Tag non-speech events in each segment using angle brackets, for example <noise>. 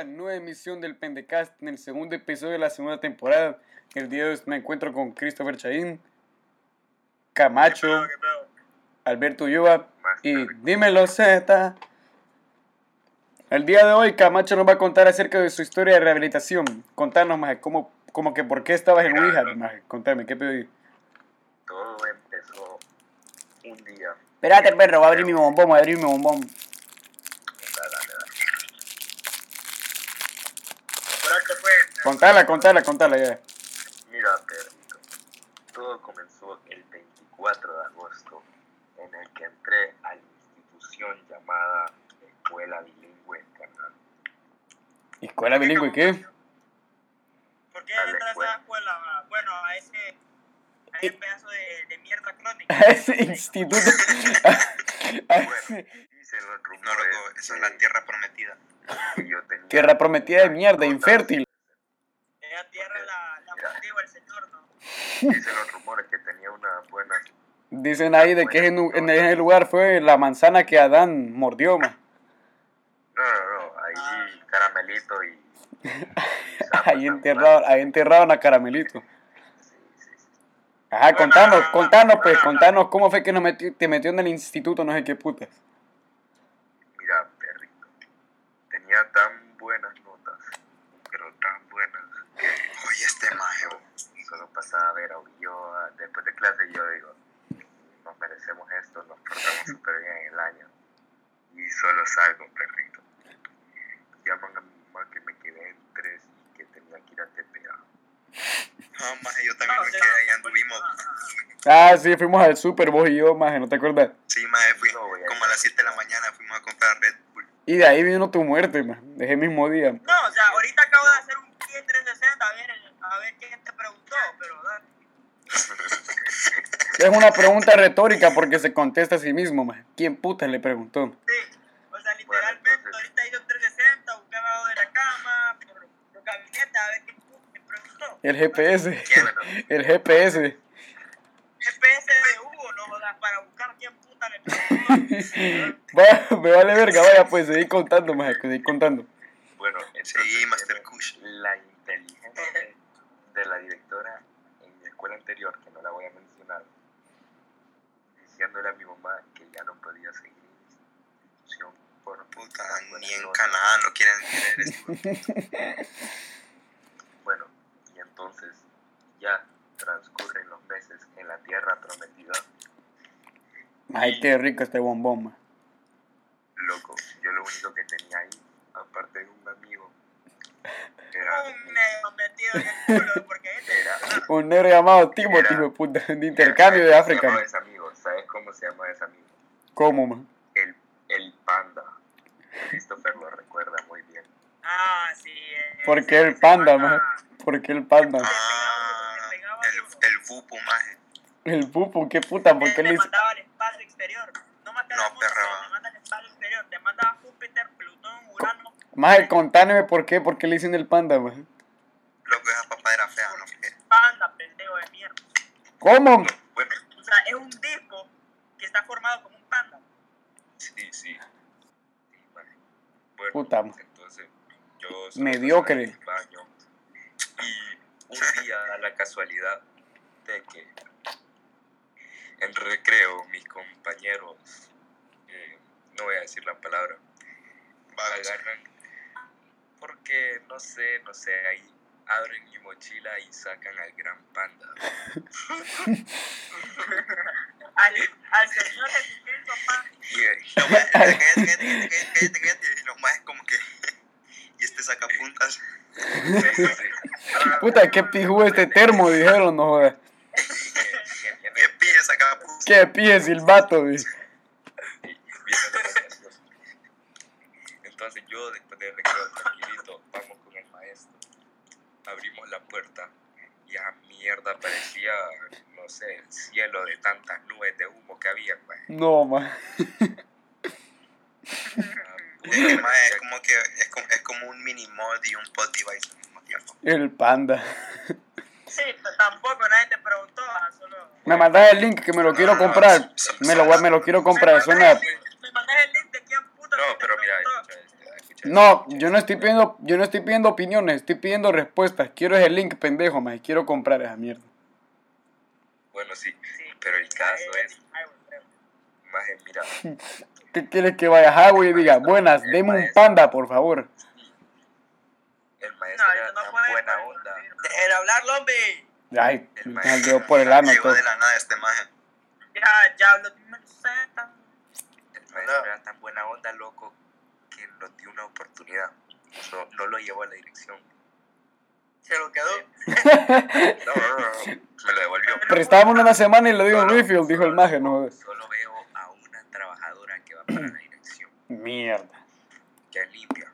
emisión del Pendecast en el segundo episodio de la segunda temporada. El día de hoy me encuentro con Christopher Chaín, Camacho, Alberto Yuba y Dímelo Z. El día de hoy Camacho nos va a contar acerca de su historia de rehabilitación. Contanos, más cómo, como que por qué estabas en Ouija, maje. Contame, ¿qué pedí? Todo empezó un día. Espérate, perro, voy a abrir mi bombón, voy a abrir mi bombón. Dale, dale, dale. Espérate, pues. Contala, contala, contala ya. Mira, perrito. Todo comenzó el 24 de agosto, en el que entré a la institución llamada Escuela Bilingüe Canal. ¿Escuela bilingüe qué? ¿Por qué A la entras a escuela. la escuela? ma? Bueno, a ese, a ese pedazo de, de mierda crónica. <laughs> A ese instituto. <laughs> A ese- Dicen los rumores. No, loco, esa es la tierra prometida. que yo tenía. Tierra prometida de mierda, infértil. Esa tierra la, la motiva el señor, ¿no? Dicen los rumores que tenía una buena. Dicen ahí de que es en, u- en ese lugar fue la manzana que Adán mordió, ma. No, no, no. Ahí Ah. caramelito y. <laughs> y sapo Ahí están enterrado, ahí enterraron a Caramelito. jugando. Sí, sí, sí. Ajá, contanos, contanos, pues, contanos cómo fue que nos metió- te metió en el instituto, no sé qué putas. Mira, perrito, tenía tan buenas notas, pero tan buenas, que Oye, este mago. solo pasaba a ver a Ulloa después de clase y yo digo, nos merecemos esto, nos <laughs> portamos súper bien en el año. Y solo salgo, perrito. Llaman a mi mamá que me quedé en tres y que tenía que ir a TPA. No, maje, yo también Ah, me o sea, quedé ahí, anduvimos. ah, ah, Ah, sí, fuimos al super, vos y yo, maje, ¿no te acuerdas? Sí, maje, fui No, güey, como a las 7 de la mañana, fuimos a comprar Red Bull. Y de ahí vino tu muerte, ma, de ese mismo día. ah. No, o sea, ahorita acabo de hacer un pie 360 a ver, el- a ver quién te preguntó, pero dale. Es una pregunta retórica porque se contesta a sí mismo, ma. ¿Quién putas le preguntó? Sí, o sea, literalmente entonces- ahorita hice un 360, busqué abajo de la cama, por los gabinetes, a ver quién me preguntó. El GPS. Qué bueno. El GPS. GPS de Hugo, no jodas, para buscar quién puta <laughs> le preguntó. Va, me vale verga, vaya, pues seguí contando, ma, seguí contando. Bueno, Sí, entonces Master viene Kush. la inteligencia de- de la directora en mi escuela anterior, que no la voy a mencionar, diciéndole a mi mamá que ya no podía seguir en esta institución por Puta, tan buenas ni en notas. Canadá no quieren querer este <laughs> esto. Bueno, y entonces ya transcurren los meses en la tierra prometida. Ay, qué rico este bombón, ma. Loco, yo lo único que tenía ahí, aparte de un amigo, era, <laughs> un medio metido en el culo, porque este era Un negro llamado Timothy, hijo de puta, de intercambio de África, Se ma. llama ese amigo, ¿sabes cómo se llama ese amigo? ¿Cómo, ma? El, el panda. Christopher lo recuerda muy bien. Ah, sí. eh, ¿Por qué ese- el ese panda, pana- ma? ¿Por qué el panda? Ah, el, el bupo, maje. El pupu, qué puta, ¿por Él qué le le hizo? mandaba al espacio exterior. No mataba No, al mundo, perra. no, te manda al espacio exterior. Te manda a Júpiter, Plutón, Urano. Maje, contáneme por qué, por qué le dicen el panda, ma. Loco, esa papá era fea, ¿no? Que- Panda, pendejo de mierda. ¿Cómo? Bueno, O sea, es un disco que está formado como un panda. sí, sí. Vale. Bueno, Puta. entonces yo solo Mediocre. estaba en el baño y un día da la casualidad de que en recreo mis compañeros, eh, no voy a decir la palabra, agarran porque no sé, no sé, ahí abren mi mochila y sacan al gran panda. Al, al Señor Jesucristo, panda. Y eh, no, maje, cállate, cállate, cállate, cállate, cállate, cállate. Y los majes como que... <laughs> Y este Ah, sacapuntas. Sí, sí. <laughs> Puta, qué pijú este termo, dijeron, no jodas. ¿Qué pide sacapuntas? Qué pie silbato, dice. viendo la relación. Entonces yo después de recreo tranquilito, vamos con el maestro. Abrimos la puerta y a mierda parecía, no sé, el cielo de tantas nubes de humo que había, mae. No, ma. Ah, puta, Es que, maje, es parecía- como que... Es como, es como un mini mod y un pod device al mismo tiempo. El panda. Sí, t- tampoco nadie te preguntó. ah, Solo... Me mandas el link que me lo quiero comprar. Me lo, voy- me lo quiero comprar, Me suena. mandas el link- Me mandas el link de quién puta No, te pero mira, preguntó. este, ah, escucha, escucha, escucha. No, yo no estoy pidiendo, yo no estoy pidiendo opiniones, estoy pidiendo respuestas. Quiero ese link, pendejo, más quiero comprar esa mierda. Bueno, sí, eh, pero el caso es, más mira, ¿Qué quieres que vaya a Huawei y diga? Buenas, deme un panda, por favor. el No, maestro yo era no tan puedo. buena onda. Dejen hablar, hombre. Ay, me el dedo por el ano Llegó todo. de la nada este maje. Ya, ya hablo. No sé, tan- El maestro era tan buena onda, loco, que nos dio una oportunidad. No, no lo llevó a la dirección. Se lo quedó. <laughs> No, no, no, no, me lo devolvió. Pero estábamos una semana y lo digo Refield, dijo el maje, no jodas. Solo veo a una trabajadora que va para la dirección, Mierda. que limpia.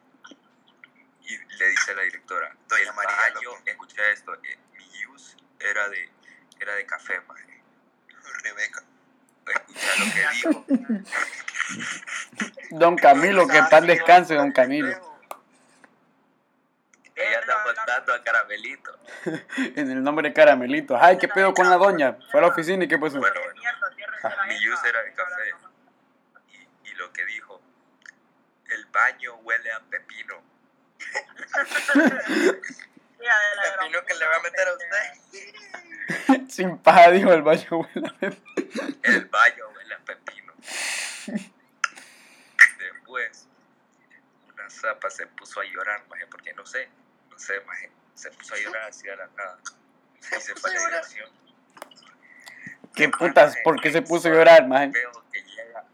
Y le dice a la directora, Doña el María, baño, loco. escucha esto, eh, mi use era de, era de café, madre. Rebeca. Escucha lo que dijo. Don Camilo, que en pan descanse, don Camilo. Ella anda montando a Caramelito. En el nombre de Caramelito. Ay, ¿qué pedo con la doña? Fue a la oficina y qué pasó. <laughs> Bueno, Qué mierda, cierren Ah, la mi jeta. user era el café. Y, y lo que dijo, el baño huele a pepino. Hija de la gran Pepino que puta, le va a meter a usted. Sin paja, dijo el baño, abuela. El baño huele a pepino. Después, una zapa se puso a llorar, maje, porque no sé, no sé, maje, se puso a llorar así de la nada. Y se fue a la dirección. ¿Qué putas? ¿Por qué se puso a llorar, maje? Veo que llega.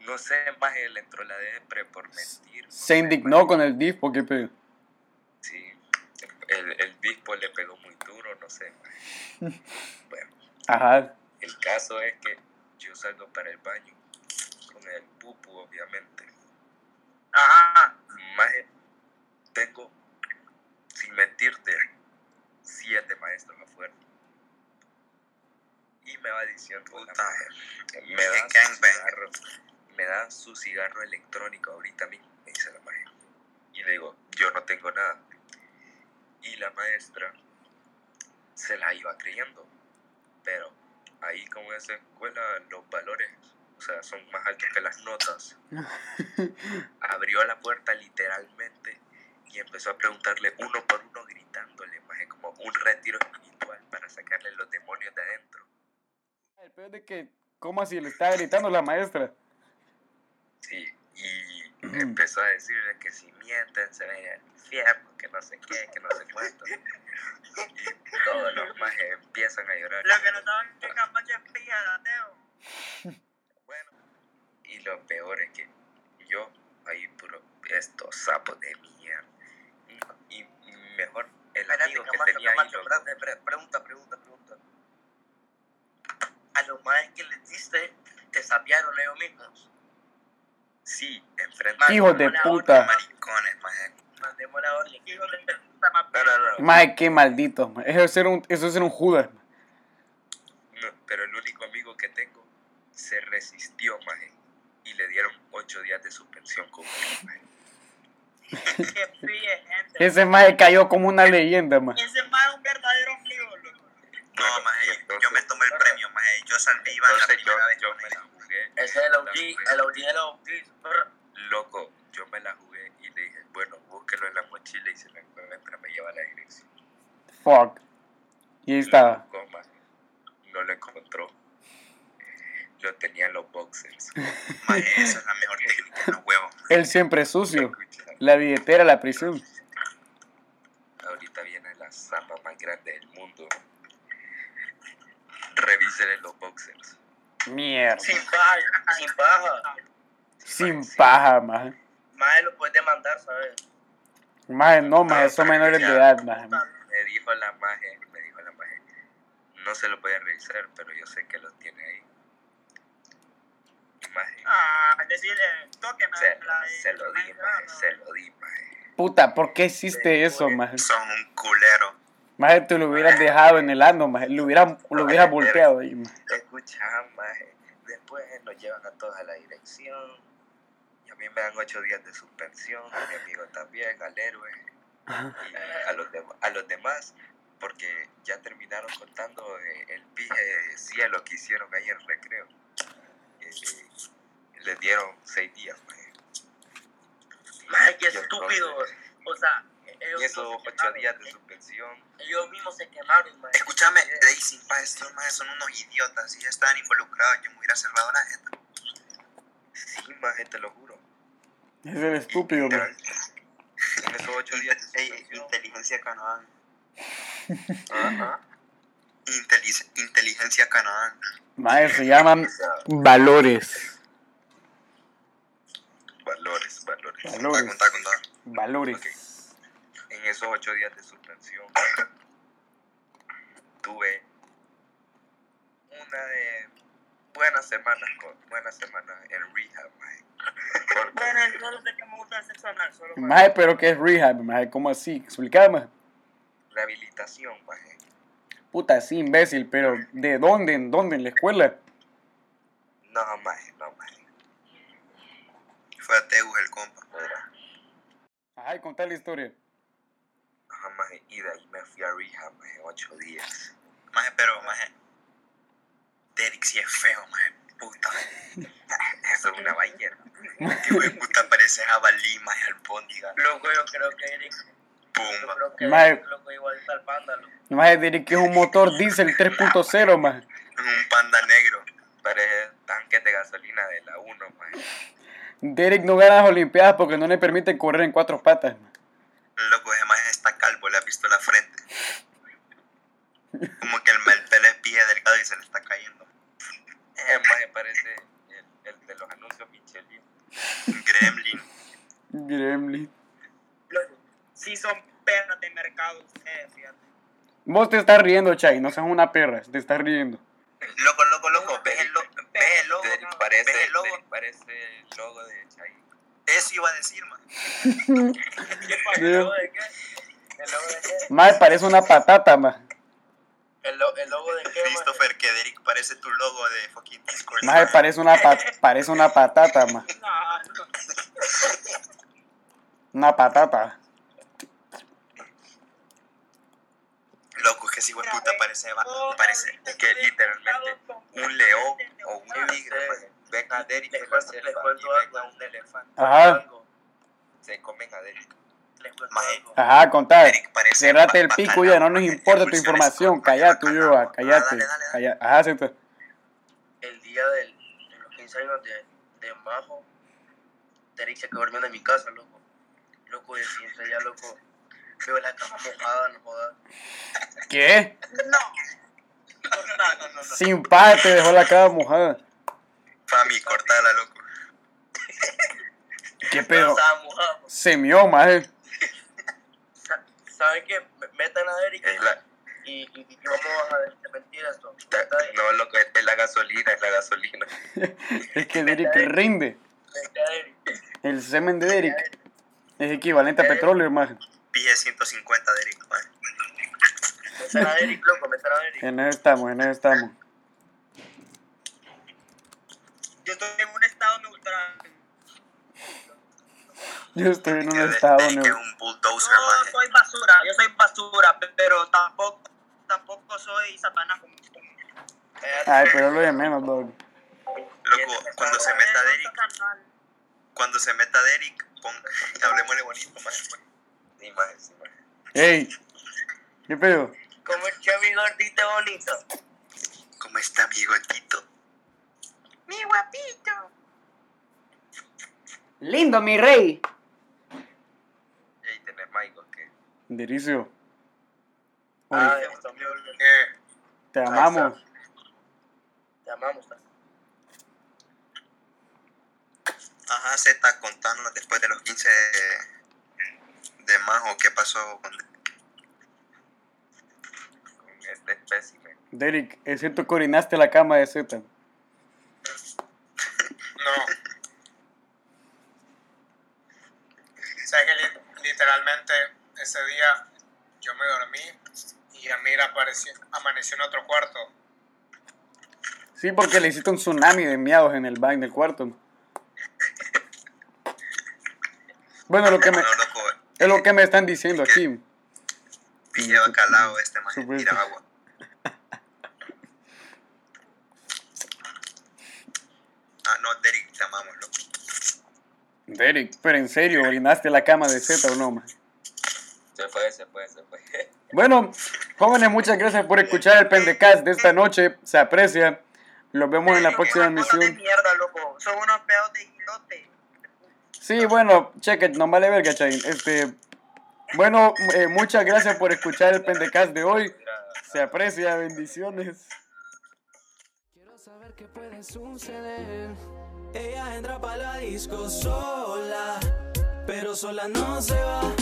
No sé, maje, le entró la depre por mentir. no Se sé, indignó con el DIF, ¿por qué pedo? Sí, el, el dispo le pegó muy duro, no sé. maje. Bueno, Ajá. el caso es que yo salgo para el baño con el pupu, obviamente. Ajá. Maje, tengo, sin mentirte, siete maestros afuera. Y me va diciendo, Puta. la maje, me da, Qué su gangbang. cigarro, me da su cigarro electrónico ahorita mismo, me dice la maje. Y le digo, yo no tengo nada. Y la maestra se la iba creyendo. Pero ahí como en esa escuela los valores, o sea, son más altos que las notas abrió la puerta literalmente y empezó a preguntarle uno por uno gritándole, maje, como un retiro espiritual para sacarle los demonios de adentro. El pedo de que, ¿cómo así le estaba gritando la maestra? Sí, y empezó a decirle que si mienten se ven al infierno, que no sé qué, que no sé cuánto. Y todos los majes empiezan a llorar. Lo que no saben es que Camacho es pija, Dateo. Bueno, y lo peor es que yo, ahí puro, estos sapos de mierda. Y mejor el amigo que tenía ahí, loco, Pregunta, pregunta, pregunta. A los maes que les diste, te sapearon ellos mismos. sí, enfrente. Hijos de puta. Maricones, maje. Mandemos la orden. Hijo de puta, más No, no, no. Maje, qué malditos, maje. Eso es ser un, eso es ser un Judas. maje. No, pero el único amigo que tengo se resistió, maje, y le dieron ocho días de suspensión con él, maje. que pille, gente. Ese maje cayó como una leyenda, maje. Ese man es un verdadero frío, loco. No, Bueno, maje, entonces- yo me tomé el premio, maje. Yo salví a Iván la Entonces yo, primera vez. yo con me la ella. jugué. Ese es el OG, el OG, el OG. Loco, yo me la jugué y le dije, bueno, búsquelo en la mochila y se la encuentra, me lleva a la dirección. Fuck. Y ahí estaba. Lo buscó, maje. No lo encontró. Lo tenía en los <laughs> boxers. Maje, esa es la mejor técnica en los huevos. Él siempre sucio. <laughs> Escucha, La billetera, la prisión. Ahorita viene la zapa más grande del mundo. Revísele los boxers. Mierda. Sin paja, sin paja. Sin paja, maje. Maje, lo puedes demandar, ¿sabes? Maje, no, maje, son menores de edad, maje. Me dijo la maje, me dijo la maje, no se lo voy a revisar, pero yo sé que lo tiene ahí. Y Maje, Ah, decirle, tóqueme se, la- se lo di, maje, se lo di, maje. Puta, ¿por qué hiciste Este, eso, maje? Son un culero. Maje, tú lo hubieras dejado en el ano, maje. Lo hubieras, lo hubieras volteado ahí, maje. Escucha, maje, después nos llevan a todos a la dirección. Y a mí me dan ocho días de suspensión, a mi amigo también, al héroe. Y a los, dem- a los demás, porque ya terminaron contando eh, el pije de cielo que hicieron ahí en recreo. pues. Eh, les dieron seis días. maje. Maje, qué estúpido. O sea, ellos Y esos mismos se ocho quemaron. días de suspensión. Ellos mismos se quemaron, man. Escúchame, Daisy, pa, estos maes son unos idiotas. Si ya estaban involucrados, yo me hubiera salvado a la gente. Sí, maje, te lo juro. Es el estúpido, man. En esos ocho días de Ey, suspensión. inteligencia canadá. Ajá. Intelice- inteligencia canadá. Mae, se llaman O sea, valores. valores, valores. Va, Valores. contá, contá. Valores. En esos ocho días de suspensión tuve una de buenas semanas, con- buenas semanas en rehab, maje. Porque- Bueno, yo no sé qué me gusta el sexo anal, solo man. Mae, pero que es rehab, mae, ¿cómo así? Explícame. rehabilitación, maje. Puta, sí, imbécil, pero ¿de dónde? ¿En dónde? ¿En la escuela? No, maje, no, maje. Fue a Teus el compa. Era, Ajá, y contá la historia. ajá, maje, y de ahí me fui a rehab, maje, ocho días. Maje, pero, maje. Derek sí es feo, maje. Puta. <laughs> Eso es una ballena. Qué güey, puta, parece jabalí, maje, albóndiga. Loco, yo creo que Eric, yo Pumba. creo que Mae. Eric, loco, igualito al panda, loco. Mae, diré que es un motor diésel 3.0, mae. Un panda negro. Parece tanques de gasolina de la 1, maje. Derek no gana las Olimpiadas porque no le permiten correr en cuatro patas. mae. Loco, ese maje está calvo, le ha visto la frente. Como que el, el pelo es pija delgado y se le está cayendo. Eh, maje, parece el, el de los anuncios Michelin. Gremlin. Gremlin. Loco, sí son perras de mercado ustedes, fíjate. Vos te estás riendo, Chay, no seas una perra, te estás riendo. Loco, loco, loco, ve el, lo- ve el logo. Del- parece, Ve el logo. del- parece el logo de Chai. Eso iba a decir, <laughs> maje. ¿Qué pasó? Yeah. ¿De qué? ¿El logo de qué? Mae, parece una patata, mae. ¿El, lo- el logo de qué, man? Christopher, que Derek parece tu logo de fucking Discord. Mae, parece una, pa- parece una patata, mae. No, no. Una patata. Loco, que si, güey, puta, parece, Ah, va- parece. Es que literalmente un león o un tigre pues. maje, ven a Derek Les en la cuento- les selva cuento y ven a algo. un elefante. Ajá, Se comen a Derek. Les cuento Mae. algo. ajá, contá. Derek parece Cerrate el ba- pico bacalao, ya, no eh, nos maje, importa tu pulsiones información. con- Callate, bacalao. Ulloa, Ah, callate. dale, dale, dale. calla- Ajá, sí, te- el día del, de los 15 años de, de Majo, Derek se quedó durmiendo en mi casa, loco. Loco, y el siguiente día, loco, veo la cama mojada, no jodas. ¿Qué? No, no, no, no. Sin par te dejó la cara mojada. Fami, cortala, loco. ¿Qué No pedo? estaba mojada. pues. Semió, maje. Sa- ¿Saben qué? Me- Metan a Derek Es la, y, y, y vamos a decir mentiras, loco. ta- Está ahí. no, loco, es es la gasolina, es la gasolina. Es que Derek rinde. Está Derek. El semen de Derek es equivalente Eh. a petróleo, maje. Pije 150, Derek, maje. Ah, Metan a Derek, loco, metan a Derek. En eso estamos, en eso estamos. Yo estoy en un estado neutral. Yo estoy en un Que de- estado Derek es neutral. un bulldozer, Yo pues, maje. soy basura, yo soy basura, pero tampoco, tampoco soy satanás como ustedes. Ay, pero lo de menos, dog. Loco, cuando se meta Derek, cuando se meta Derek, pon- <laughs> hablemosle bonito, maje. Sí, maje, sí, maje. Ey, ¿qué pedo? Como el Chevy gordito bonito. ¿Cómo está mi gotito? Mi guapito. Lindo, mi rey. Y ahí tenés Michael, que Ah, Delicio. Ori, Ay, Dios mío, Eh, te amamos. Te amamos. Ajá, Z, contanos después de los 15 de, de Majo, ¿qué pasó con con este espécimen. Derek, es cierto que orinaste la cama de Z. No. ¿Sabes que li- literalmente ese día yo me dormí y Amir apareció, amaneció en otro cuarto? Sí, porque le hiciste un tsunami de miados en el baño del cuarto. Bueno, lo que me, No, loco, es lo que me están diciendo aquí. pille bacalao este maje, Supuesto. tira agua. Ah, no, Derek, te amamos, loco. Derek, pero en serio, orinaste la cama de Z o no, man? Se fue, se fue, se fue. <laughs> Bueno, jóvenes, muchas gracias por escuchar el pendecast de esta noche. Se aprecia. Los vemos en la próxima de emisión. mierda, loco. Son unos pedos de gilote. Sí, bueno, cheque, no vale verga, Chain. Este, bueno, eh, muchas gracias por escuchar el pendecast de hoy. Se aprecia, bendiciones. Quiero saber qué puede suceder. Ella entra para la disco sola, pero sola no se va.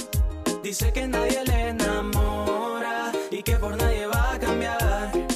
Dice que nadie le enamora y que por nadie va a cambiar.